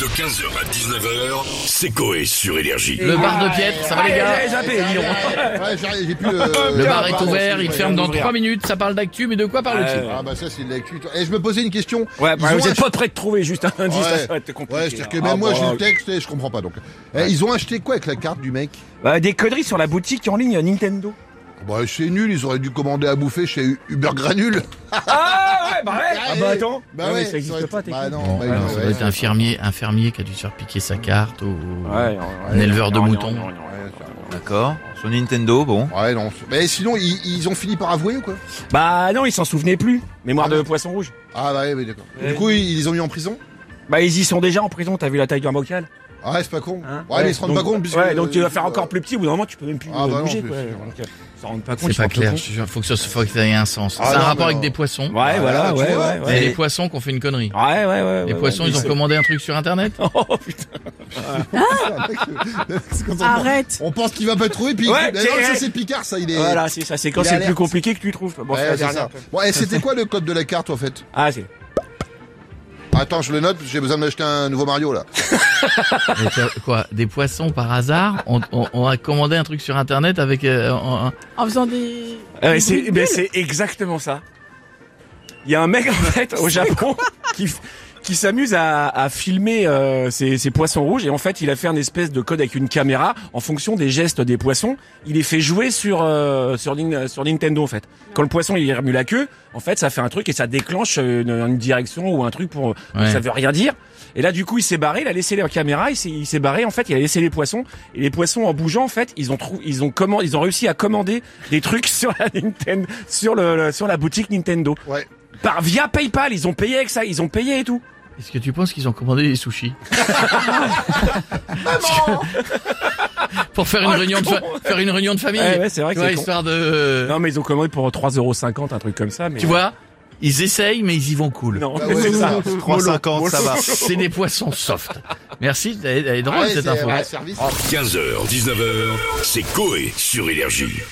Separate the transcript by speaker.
Speaker 1: De 15h à 19h, c'est Coé sur Énergie.
Speaker 2: Le bar de Pietre,
Speaker 3: Ah,
Speaker 2: ça va les gars
Speaker 4: Ouais, j'ai j'ai pu. euh,
Speaker 2: Le bar
Speaker 4: pardon,
Speaker 2: est ouvert,
Speaker 4: c'est-
Speaker 2: il ferme dans 3 minutes, ça parle d'actu, mais de quoi parle-t-il
Speaker 4: Ah bah ça c'est de l'actu. Et je me posais une question.
Speaker 3: Ouais,
Speaker 4: Ils
Speaker 3: bah,
Speaker 4: ont
Speaker 3: vous
Speaker 4: un
Speaker 3: êtes pas prêt de trouver juste un indice, ça, ça va être compliqué.
Speaker 4: Ouais, c'est-à-dire que
Speaker 3: hein.
Speaker 4: même
Speaker 3: Ah,
Speaker 4: moi
Speaker 3: bah,
Speaker 4: j'ai le texte et je comprends pas donc. Eh, ils ont acheté quoi avec la carte du mec
Speaker 3: bah, des conneries sur la boutique en ligne Nintendo.
Speaker 4: Bah c'est nul, ils auraient dû commander à bouffer chez Uber Granule.
Speaker 3: Ah ouais, bah ouais. Ah bah attends.
Speaker 4: Bah
Speaker 3: Non, mais
Speaker 4: ouais,
Speaker 3: ça existe
Speaker 4: aurait-
Speaker 3: pas,
Speaker 4: Bah
Speaker 3: techniquement.
Speaker 4: non, bah,
Speaker 2: Alors,
Speaker 4: ouais,
Speaker 2: Ça doit
Speaker 4: ouais,
Speaker 2: être un fermier, un fermier qui a dû se faire piquer sa carte ou
Speaker 3: Ouais, ouais,
Speaker 2: un
Speaker 3: ouais.
Speaker 2: éleveur de
Speaker 3: Non, non,
Speaker 2: moutons.
Speaker 3: non, non, non.
Speaker 4: ouais, ça-
Speaker 5: D'accord. Sur Nintendo, bon.
Speaker 4: ouais, non. Mais sinon ils, ils ont fini par avouer ou quoi
Speaker 3: Bah non, ils s'en souvenaient plus. Mémoire
Speaker 4: Ah,
Speaker 3: de
Speaker 4: non.
Speaker 3: poisson rouge.
Speaker 4: Ah bah ouais, ouais, d'accord.
Speaker 3: Ouais.
Speaker 4: Du coup ils, ils les ont mis en prison
Speaker 3: Bah ils y sont déjà en prison, t'as vu la taille d'un bocal
Speaker 4: Ah ouais, c'est pas con.
Speaker 3: hein
Speaker 4: ouais, mais ils se rendent
Speaker 3: donc-
Speaker 4: pas compte puisque-
Speaker 3: Ouais, donc tu vas faire
Speaker 4: euh,
Speaker 3: encore plus petit, au bout d'un moment tu peux même plus
Speaker 4: Ah,
Speaker 3: euh,
Speaker 4: bah non,
Speaker 3: bouger
Speaker 4: c'est-
Speaker 3: quoi.
Speaker 4: c'est-
Speaker 3: Donc, euh, ils s'en rendent pas compte.
Speaker 2: C'est
Speaker 3: ils
Speaker 2: pas
Speaker 3: s'en
Speaker 2: clair,
Speaker 3: rendent
Speaker 2: je suis sûr, faut que ça, faut que ça ait un sens.
Speaker 4: Ah
Speaker 2: c'est un
Speaker 4: non,
Speaker 2: rapport
Speaker 4: mais
Speaker 2: avec
Speaker 4: non.
Speaker 2: des poissons.
Speaker 3: compte. Ouais,
Speaker 4: Ah,
Speaker 3: voilà,
Speaker 4: tu
Speaker 3: ouais,
Speaker 4: vois.
Speaker 3: ouais,
Speaker 2: C'est
Speaker 3: ouais.
Speaker 2: les poissons qui ont fait une connerie.
Speaker 3: Ouais, ouais, ouais.
Speaker 2: les
Speaker 3: ouais,
Speaker 2: poissons,
Speaker 3: ouais,
Speaker 2: ils ont commandé un truc sur internet
Speaker 3: Oh putain.
Speaker 4: c'est quand on-
Speaker 6: Arrête
Speaker 4: On pense qu'il va pas trouver puis.
Speaker 3: Ouais,
Speaker 4: Mais
Speaker 3: c'est-
Speaker 4: non, ça c'est Picard, ça il est.
Speaker 3: Voilà, c'est ça, c'est quand
Speaker 4: Il a
Speaker 3: c'est plus
Speaker 4: alerte.
Speaker 3: compliqué que tu trouves. Bon,
Speaker 4: Ouais,
Speaker 3: c'est la
Speaker 4: c'est
Speaker 3: dernière.
Speaker 4: ça. Bon, et c'était quoi le code de la carte en fait
Speaker 3: Ah, c'est.
Speaker 4: Attends, je le note, j'ai besoin d'acheter un nouveau Mario là.
Speaker 2: Mais t'as- Quoi Des poissons par hasard on, on- on a commandé un truc sur internet avec euh, un- un-
Speaker 6: En faisant des.
Speaker 3: Ouais,
Speaker 6: des
Speaker 3: c'est
Speaker 6: bruits de
Speaker 3: ben,
Speaker 6: gueule.
Speaker 3: c'est exactement ça. Il y a un mec en fait au Japon qui f- qui s'amuse à, à filmer euh, ses, ses poissons rouges et en fait il a fait un espèce de code avec une caméra en fonction des gestes des poissons. Il les fait jouer sur euh, sur, Nin- sur Nintendo en fait. Quand le poisson il remue la queue, en fait ça fait un truc et ça déclenche une, une direction ou un truc pour donc,
Speaker 2: Ouais.
Speaker 3: ça veut rien dire. Et là du coup il s'est barré, il a laissé la caméra, il s'est- il s'est barré en fait, il a laissé les poissons et les poissons en bougeant en fait, ils ont trou- ils ont comment ils ont réussi à commander des trucs sur la Nintendo sur le, le- sur la boutique Nintendo.
Speaker 4: Ouais.
Speaker 3: Par via PayPal, ils ont payé avec ça, ils ont payé et tout.
Speaker 2: Est-ce que tu penses qu'ils ont commandé des sushis Pour faire une
Speaker 3: Oh, le
Speaker 2: réunion de
Speaker 3: con.
Speaker 2: fa- faire une réunion de famille.
Speaker 3: Ouais, ouais, c'est vrai que
Speaker 2: Tu vois,
Speaker 3: c'est con.
Speaker 2: histoire de
Speaker 3: Non mais ils ont commandé pour 3,50€ un truc comme ça mais
Speaker 2: Tu vois, ils essayent mais ils y vont cool.
Speaker 3: Non,
Speaker 4: Bah ouais,
Speaker 3: c'est
Speaker 4: non,
Speaker 3: ça.
Speaker 4: non,
Speaker 5: 3,50, ça va.
Speaker 2: C'est des poissons soft. Merci, elle elle est drôle
Speaker 4: Ouais, Oh,
Speaker 2: cette
Speaker 4: c'est
Speaker 2: info.
Speaker 4: un service.
Speaker 1: 15h, 19h, c'est Coé sur Énergie.